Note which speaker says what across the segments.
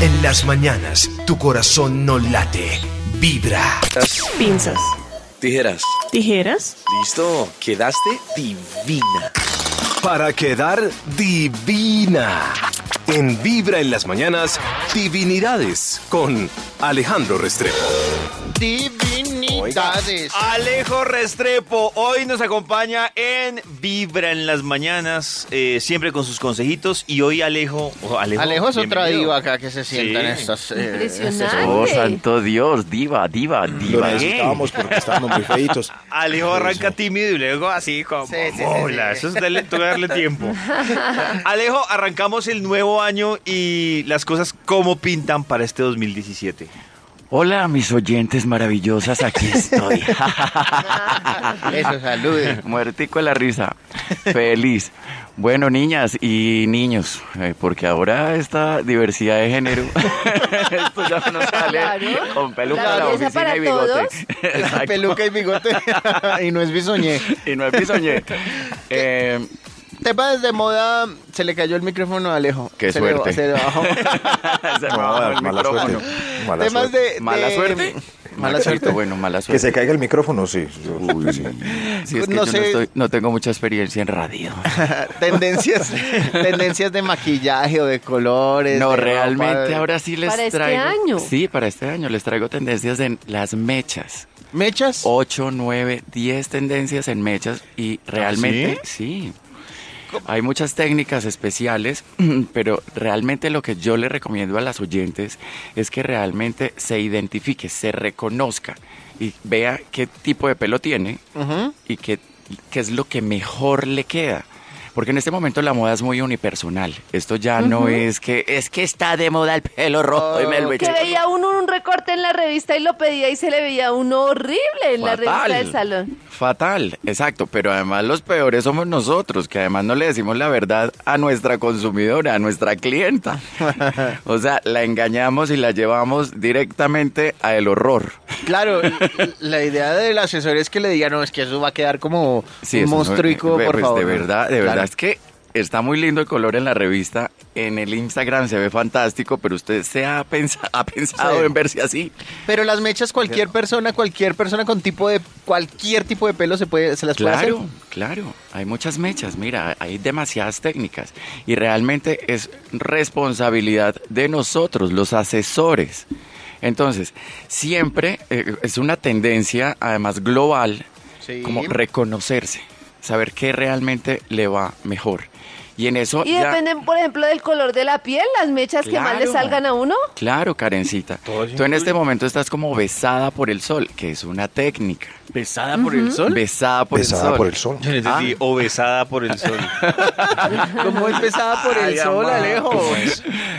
Speaker 1: En las mañanas, tu corazón no late, vibra.
Speaker 2: Pinzas.
Speaker 3: Tijeras.
Speaker 2: Tijeras.
Speaker 3: Listo, quedaste divina.
Speaker 1: Para quedar divina. En Vibra en las mañanas, Divinidades con Alejandro Restrepo.
Speaker 4: Divinidades.
Speaker 5: Ah,
Speaker 6: Alejo Restrepo hoy nos acompaña en Vibra en las mañanas, eh, siempre con sus consejitos. Y hoy Alejo. oh, Alejo,
Speaker 4: Alejo es otra
Speaker 6: bienvenido.
Speaker 4: diva acá que se sienta en
Speaker 6: Sí.
Speaker 4: estas. eh,
Speaker 2: Impresionante.
Speaker 4: estas-
Speaker 5: Oh,
Speaker 2: Ande.
Speaker 5: santo Dios, diva, diva,
Speaker 7: Lo
Speaker 5: diva.
Speaker 7: necesitábamos porque estábamos muy feitos.
Speaker 6: Alejo arranca tímido y luego así como
Speaker 4: Sí, sí, sí,
Speaker 6: mola.
Speaker 4: sí.
Speaker 6: Eso es darle, toca darle tiempo. Alejo, arrancamos el nuevo año y las cosas como pintan para este 2017.
Speaker 5: Hola, mis oyentes maravillosas, aquí estoy.
Speaker 4: Eso, salude.
Speaker 5: Muertico de la risa. Feliz. Bueno, niñas y niños, eh, porque ahora esta diversidad de género, esto ya no sale
Speaker 2: Claro.
Speaker 5: con peluca,
Speaker 2: La
Speaker 5: la,
Speaker 2: belleza
Speaker 5: oficina
Speaker 2: para
Speaker 5: y bigote.
Speaker 2: todos.
Speaker 5: Exacto.
Speaker 4: Peluca y bigote. y no es bisoñé.
Speaker 5: Y no es bisoñé. Eh,
Speaker 4: Temas de moda. Se le cayó el micrófono a Alejo.
Speaker 5: Qué
Speaker 4: Se le-
Speaker 5: suerte.
Speaker 4: se le bajó.
Speaker 5: se me bajó
Speaker 7: No,
Speaker 5: el
Speaker 7: mala suerte.
Speaker 5: micrófono.
Speaker 7: Mala
Speaker 4: Temas
Speaker 7: suerte.
Speaker 4: de.
Speaker 5: Mala
Speaker 2: Eh,
Speaker 4: de-
Speaker 5: suerte.
Speaker 4: Mala
Speaker 5: Maxito,
Speaker 4: suerte.
Speaker 5: Bueno, mala
Speaker 7: Que
Speaker 5: suerte.
Speaker 7: se caiga el micrófono, sí. Yo- sí.
Speaker 5: Sí, es que
Speaker 4: No
Speaker 5: yo
Speaker 4: sé.
Speaker 5: no, estoy- no tengo mucha experiencia en radio.
Speaker 4: tendencias, tendencias de maquillaje o de colores.
Speaker 5: No,
Speaker 4: de ropa,
Speaker 5: realmente
Speaker 4: de-
Speaker 5: ahora sí les
Speaker 2: Para este
Speaker 5: traigo.
Speaker 2: año.
Speaker 5: Sí, para este año les traigo tendencias en las mechas.
Speaker 4: ¿Mechas?
Speaker 5: 8, 9, 10 tendencias en mechas y realmente sí. Hay muchas técnicas especiales, pero realmente lo que yo le recomiendo a las oyentes es que realmente se identifique, se reconozca y vea qué tipo de pelo tiene
Speaker 4: Ujú.
Speaker 5: y qué, qué es lo que mejor le queda. Porque en este momento la moda es muy unipersonal. Esto ya no es que es que está de moda el pelo rojo y me lo
Speaker 2: Que veía uno un recorte en la revista y lo pedía y se le veía uno horrible en la revista del salón.
Speaker 5: Fatal, exacto. Pero además los peores somos nosotros, que además no le decimos la verdad a nuestra consumidora, a nuestra clienta. o sea, la engañamos y la llevamos directamente a el horror.
Speaker 4: Claro, l- la idea del asesor es que le diga, no, es que eso va a quedar como
Speaker 5: Sí,
Speaker 4: un
Speaker 5: eso no-
Speaker 4: monstruico,
Speaker 5: pues,
Speaker 4: por favor.
Speaker 5: De verdad, de verdad
Speaker 4: Claro.
Speaker 5: es que está muy lindo el color en la revista. En el Instagram se ve fantástico, pero usted se ha, pensa- ha pensado
Speaker 4: Sí.
Speaker 5: en verse así.
Speaker 4: Pero las mechas, cualquier persona, cualquier persona con tipo de, cualquier tipo de pelo se puede, se las puede
Speaker 5: Claro,
Speaker 4: hacer.
Speaker 5: claro. Hay muchas mechas, mira, hay demasiadas técnicas. Y realmente es responsabilidad de nosotros, los asesores. Entonces, siempre eh, es una tendencia, además global,
Speaker 4: Sí.
Speaker 5: como reconocerse, saber qué realmente le va mejor. Y en eso
Speaker 2: Y
Speaker 5: Pues ya-
Speaker 2: dependen, por ejemplo, del color de la piel, las mechas que más le
Speaker 5: Claro.
Speaker 2: salgan a uno.
Speaker 5: Claro, Karencita. Tú en este momento estás como besada por el sol, que es una técnica.
Speaker 6: ¿Besada por el sol?
Speaker 5: Besada por el
Speaker 7: Pesada
Speaker 5: sol.
Speaker 7: por el sol.
Speaker 6: Yo les decía,
Speaker 5: Ah.
Speaker 6: o besada por el sol.
Speaker 4: Como empezada por el
Speaker 6: Ay,
Speaker 4: sol,
Speaker 6: amado.
Speaker 4: Alejo.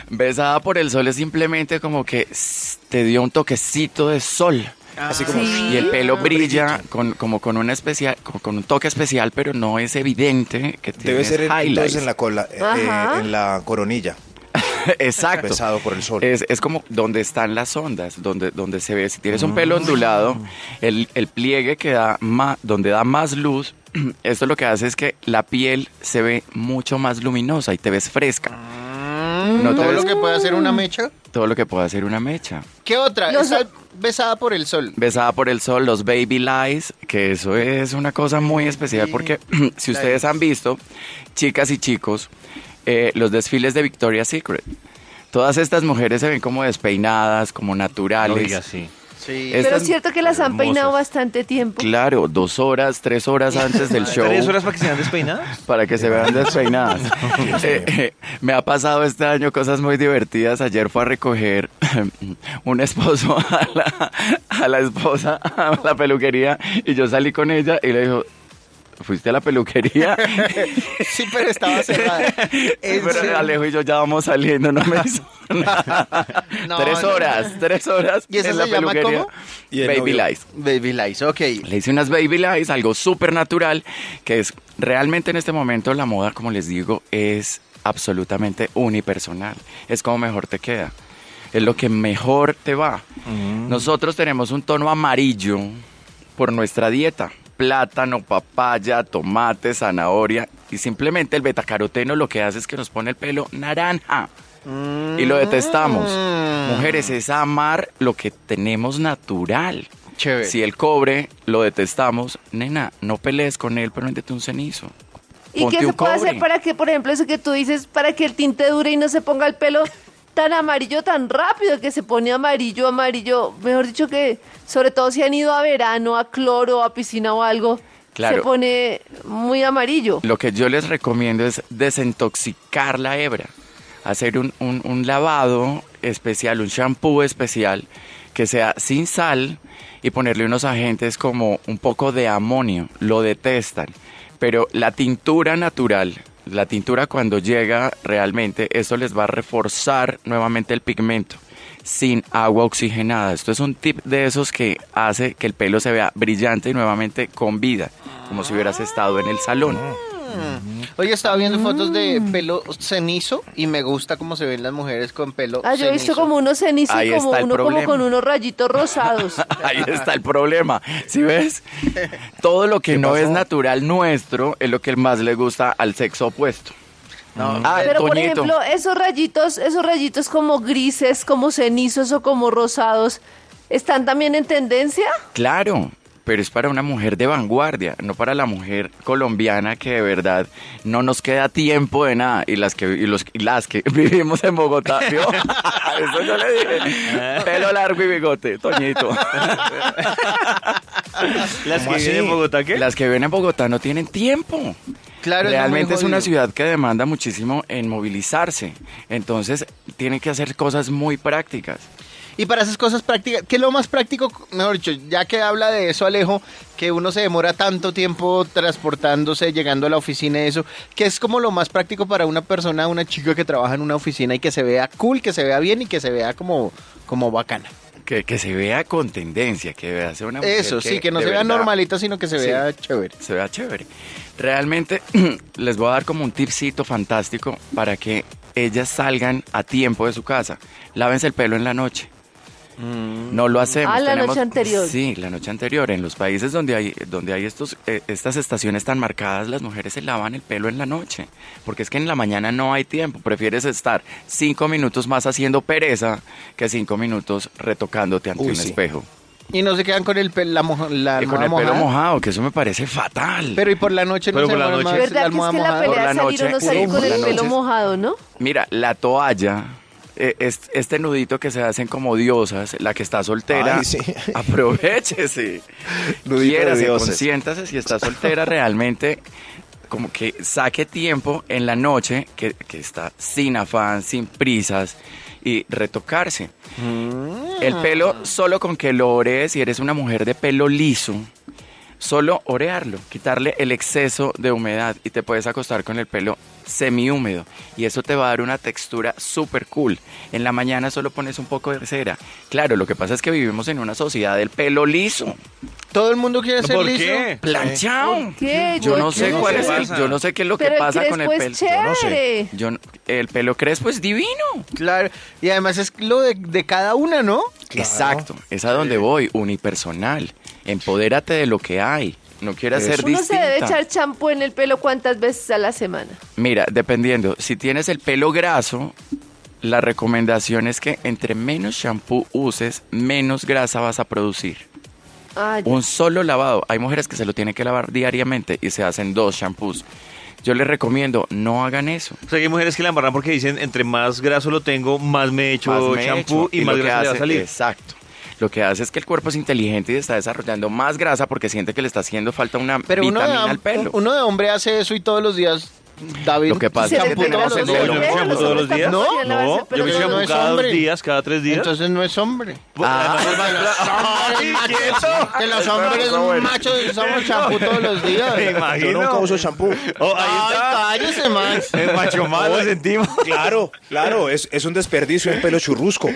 Speaker 5: Besada por el sol es simplemente como que s- te dio un toquecito de sol.
Speaker 7: Así como. Ah.
Speaker 2: Sí.
Speaker 5: Y el pelo brilla con, como con, una especial, como con un toque especial, pero no es evidente que
Speaker 7: Debe
Speaker 5: tienes
Speaker 7: ser en,
Speaker 5: highlights.
Speaker 7: entonces en la cola, eh,
Speaker 2: Ajá.
Speaker 7: eh, en la coronilla.
Speaker 5: Exacto.
Speaker 7: Besado por el sol.
Speaker 5: Es, es como donde están las ondas, donde, donde se ve. Si tienes un
Speaker 7: Ah.
Speaker 5: pelo ondulado, el, el pliegue que da más, donde da más luz, esto lo que hace es que la piel se ve mucho más luminosa y te ves fresca.
Speaker 7: Ah.
Speaker 5: No te
Speaker 4: Mm. Todo
Speaker 5: ves Mm.
Speaker 4: lo que puede hacer una mecha.
Speaker 5: todo lo que puede hacer una mecha.
Speaker 4: ¿Qué otra?
Speaker 2: Los-
Speaker 4: Está besada por el sol.
Speaker 5: Besada por el sol, los baby lies, que eso es una cosa muy especial porque si ustedes han visto, chicas y chicos, eh, los desfiles de Victoria's Secret. Todas estas mujeres se ven como despeinadas, como naturales.
Speaker 6: No digas sí.
Speaker 4: Sí.
Speaker 5: Es-
Speaker 2: Pero
Speaker 5: Estas
Speaker 2: es cierto que las han
Speaker 6: hermosas.
Speaker 2: peinado bastante tiempo.
Speaker 5: Claro, dos horas, tres horas antes del show.
Speaker 6: ¿Tres horas para que se vean despeinadas?
Speaker 5: para que se vean despeinadas. Eh, eh, me ha pasado este año cosas muy divertidas. Ayer fue a recoger un esposo a la, a la esposa a la peluquería y yo salí con ella y le dijo, ¿fuiste a la peluquería?
Speaker 4: Sí, pero estaba cerrada. En serio.
Speaker 5: Pero Alejo y yo ya vamos saliendo, no me hizo nada.
Speaker 4: No,
Speaker 5: tres
Speaker 4: no.
Speaker 5: horas, tres horas
Speaker 4: ¿Y eso
Speaker 5: en
Speaker 4: se
Speaker 5: la
Speaker 4: llama
Speaker 5: peluquería.
Speaker 4: cómo?
Speaker 7: ¿Y el
Speaker 5: Baby
Speaker 7: novio?
Speaker 5: Lies.
Speaker 4: Baby Lies, ok.
Speaker 5: Le hice unas baby lies, algo súper natural, que es realmente en este momento la moda, como les digo, es absolutamente unipersonal. Es como mejor te queda. Es lo que mejor te va. Nosotros tenemos un tono amarillo por nuestra dieta. Plátano, papaya, tomate, zanahoria. Y simplemente el betacaroteno lo que hace es que nos pone el pelo naranja. Y lo detestamos. Mujeres, es amar lo que tenemos natural.
Speaker 4: Chévere.
Speaker 5: Si el cobre lo detestamos, nena, no pelees con él, pero métete un cenizo.
Speaker 2: ¿Y qué
Speaker 5: Ponte
Speaker 2: se
Speaker 5: un
Speaker 2: puede hacer
Speaker 5: cobre.
Speaker 2: para que, por ejemplo, eso que tú dices, para que el tinte dure y no se ponga el pelo tan amarillo tan rápido, que se pone amarillo, amarillo, mejor dicho que, sobre todo si han ido a verano, a cloro, a piscina o algo, se
Speaker 5: Claro.
Speaker 2: pone muy amarillo.
Speaker 5: Lo que yo les recomiendo es desintoxicar la hebra, hacer un, un- un lavado especial, un shampoo especial que sea sin sal y ponerle unos agentes como un poco de amonio, lo detestan, pero la tintura natural, la tintura cuando llega realmente, esto les va a reforzar nuevamente el pigmento sin agua oxigenada. Esto es un tip de esos que hace que el pelo se vea brillante y nuevamente con vida, como si hubieras estado en el salón.
Speaker 4: Hoy estaba viendo fotos de
Speaker 2: Mm.
Speaker 4: pelo cenizo y me gusta cómo se ven las mujeres con pelo
Speaker 2: Ah, yo he visto
Speaker 4: cenizo.
Speaker 2: como unos cenizos y
Speaker 5: Ahí
Speaker 2: como
Speaker 5: está el
Speaker 2: uno como
Speaker 5: problema. Ah,
Speaker 2: con unos rayitos rosados.
Speaker 5: Ahí está el problema. ¿Sí ves? Todo lo que no es natural nuestro es lo que más le gusta al sexo opuesto. Ah,
Speaker 2: Pero por
Speaker 5: Toñito.
Speaker 2: ejemplo, esos rayitos, esos rayitos como grises, como cenizos o como rosados, ¿están también en tendencia?
Speaker 5: Ah, Claro, pero es para una mujer de vanguardia, no para la mujer colombiana que de verdad no nos queda tiempo de nada. Y las que, y los, y las que vivimos en Bogotá, ¿vio? Eso yo le dije. Pelo largo y bigote, Toñito.
Speaker 6: Las que
Speaker 7: ¿Cómo así?
Speaker 6: vienen de Bogotá, ¿qué?
Speaker 5: Las que viven en Bogotá no tienen tiempo.
Speaker 4: Claro, eso es
Speaker 5: Realmente
Speaker 4: muy
Speaker 5: es una
Speaker 4: jodido.
Speaker 5: ciudad que demanda muchísimo en movilizarse. Entonces, tienen que hacer cosas muy prácticas.
Speaker 4: Y para esas cosas prácticas, ¿qué es lo más práctico? Mejor dicho, ya que habla de eso Alejo, que uno se demora tanto tiempo transportándose, llegando a la oficina y eso, ¿qué es como lo más práctico para una persona, una chica que trabaja en una oficina y que se vea cool, que se vea bien y que se vea como, como bacana?
Speaker 5: Que, que se vea con tendencia, que vea sea una mujer
Speaker 4: Eso, sí, que no
Speaker 5: de
Speaker 4: se vea
Speaker 5: verdad
Speaker 4: normalita, sino que se
Speaker 5: Sí.
Speaker 4: vea chévere.
Speaker 5: Se vea chévere. Realmente, les voy a dar como un tipcito fantástico para que ellas salgan a tiempo de su casa. Lávense el pelo en la noche. No lo hacemos.
Speaker 2: Ah, la noche anterior.
Speaker 5: Sí, la noche anterior. En los países donde hay, donde hay estos, eh, estas estaciones tan marcadas, las mujeres se lavan el pelo en la noche. Porque es que en la mañana no hay tiempo. Prefieres estar cinco minutos más haciendo pereza que cinco minutos retocándote ante
Speaker 7: Uy,
Speaker 5: un
Speaker 7: sí.
Speaker 5: espejo.
Speaker 4: Y no se quedan con el pelo, la, moja- la
Speaker 5: Y con
Speaker 4: almohada
Speaker 5: el pelo
Speaker 4: mojada.
Speaker 5: mojado, que eso me parece fatal.
Speaker 4: Pero y por la noche no
Speaker 6: Pero
Speaker 4: se
Speaker 6: por la
Speaker 4: demoran
Speaker 6: noche.
Speaker 4: más
Speaker 2: ¿Verdad que es
Speaker 4: almohada
Speaker 2: que la
Speaker 4: mojada?
Speaker 5: Por la
Speaker 2: pelea es salir o no
Speaker 5: noche,
Speaker 2: salir
Speaker 5: uy,
Speaker 2: con
Speaker 5: por
Speaker 2: el
Speaker 5: la
Speaker 2: pelo
Speaker 5: noche.
Speaker 2: mojado, no?
Speaker 5: Mira, la toalla, eh, es- este nudito que se hacen como diosas, la que está soltera,
Speaker 7: Ay, sí.
Speaker 5: aprovechese.
Speaker 7: Nudito de
Speaker 5: Quiérase,
Speaker 7: dioses.
Speaker 5: consiéntase si está soltera realmente. Como que saque tiempo en la noche, que, que está sin afán, sin prisas, y retocarse. El pelo, solo con que lo orees, si eres una mujer de pelo liso, solo orearlo, quitarle el exceso de humedad y te puedes acostar con el pelo semihúmedo y eso te va a dar una textura súper cool. En la mañana solo pones un poco de cera. Claro, lo que pasa es que vivimos en una sociedad del pelo liso,
Speaker 4: Todo el mundo quiere ser
Speaker 6: ¿Por
Speaker 4: liso.
Speaker 6: qué?
Speaker 5: planchado.
Speaker 2: qué?
Speaker 5: Yo no sé
Speaker 2: Yo no
Speaker 5: cuál
Speaker 2: sé
Speaker 5: es
Speaker 6: qué
Speaker 5: el-
Speaker 6: pasa.
Speaker 5: yo no sé qué es lo que
Speaker 2: Pero el
Speaker 5: pasa con el
Speaker 2: crespo es
Speaker 5: pelo. Yo no sé.
Speaker 2: chévere.
Speaker 5: Yo no- el pelo crespo es divino.
Speaker 4: Claro. Y además es lo de, de cada una, ¿no?
Speaker 7: Claro.
Speaker 5: Exacto, es a donde voy, unipersonal. Empodérate de lo que hay. No quieras ser
Speaker 2: Uno se
Speaker 5: distinta.
Speaker 2: debe echar champú en el pelo cuántas veces a la semana.
Speaker 5: Mira, dependiendo, si tienes el pelo graso, la recomendación es que entre menos shampoo uses, menos grasa vas a producir.
Speaker 2: Ay,
Speaker 5: Un solo lavado. Hay mujeres que se lo tienen que lavar diariamente y se hacen dos shampoos. Yo les recomiendo, no hagan eso.
Speaker 6: O sea, que hay mujeres que la embarran porque dicen, entre más graso lo tengo, más me echo
Speaker 5: Más me
Speaker 6: champú
Speaker 5: echo.
Speaker 6: y, más
Speaker 5: lo que
Speaker 6: grasa le va a
Speaker 5: hace-
Speaker 6: salir.
Speaker 5: Exacto. Lo que hace es que el cuerpo es inteligente y está desarrollando más grasa porque siente que le está haciendo falta una
Speaker 4: Pero uno
Speaker 5: vitamina
Speaker 4: de,
Speaker 5: al pelo.
Speaker 4: uno de hombre hace eso y todos los días, David.
Speaker 5: Lo que pasa
Speaker 2: ¿Se
Speaker 5: es que
Speaker 2: le
Speaker 4: champú
Speaker 2: pegan
Speaker 5: tenemos
Speaker 4: todos
Speaker 2: los
Speaker 5: el
Speaker 4: los
Speaker 6: No, yo
Speaker 2: pelos?
Speaker 4: días. No,
Speaker 6: me echo shampoo todos los días. No, yo
Speaker 2: ¿Podrían lavarse el pelo
Speaker 6: me echo
Speaker 4: no es
Speaker 6: shampoo
Speaker 2: todos los
Speaker 6: cada dos
Speaker 4: hombre.
Speaker 6: días, cada tres días.
Speaker 4: Entonces no es hombre.
Speaker 6: Ah,
Speaker 4: Ah,
Speaker 6: ¡Ay, quieto!
Speaker 4: Que los hombres machos usamos champú todos los
Speaker 6: Me
Speaker 4: días.
Speaker 6: imagino.
Speaker 7: Yo nunca uso champú.
Speaker 6: Oh, ahí
Speaker 4: Ay,
Speaker 6: está.
Speaker 4: cállese, Max.
Speaker 6: El macho malo sentimos.
Speaker 7: Claro, claro, es, es un desperdicio el pelo churrusco.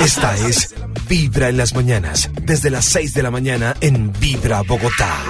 Speaker 1: Esta es Vibra en las mañanas, desde las 6 de la mañana en Vibra Bogotá.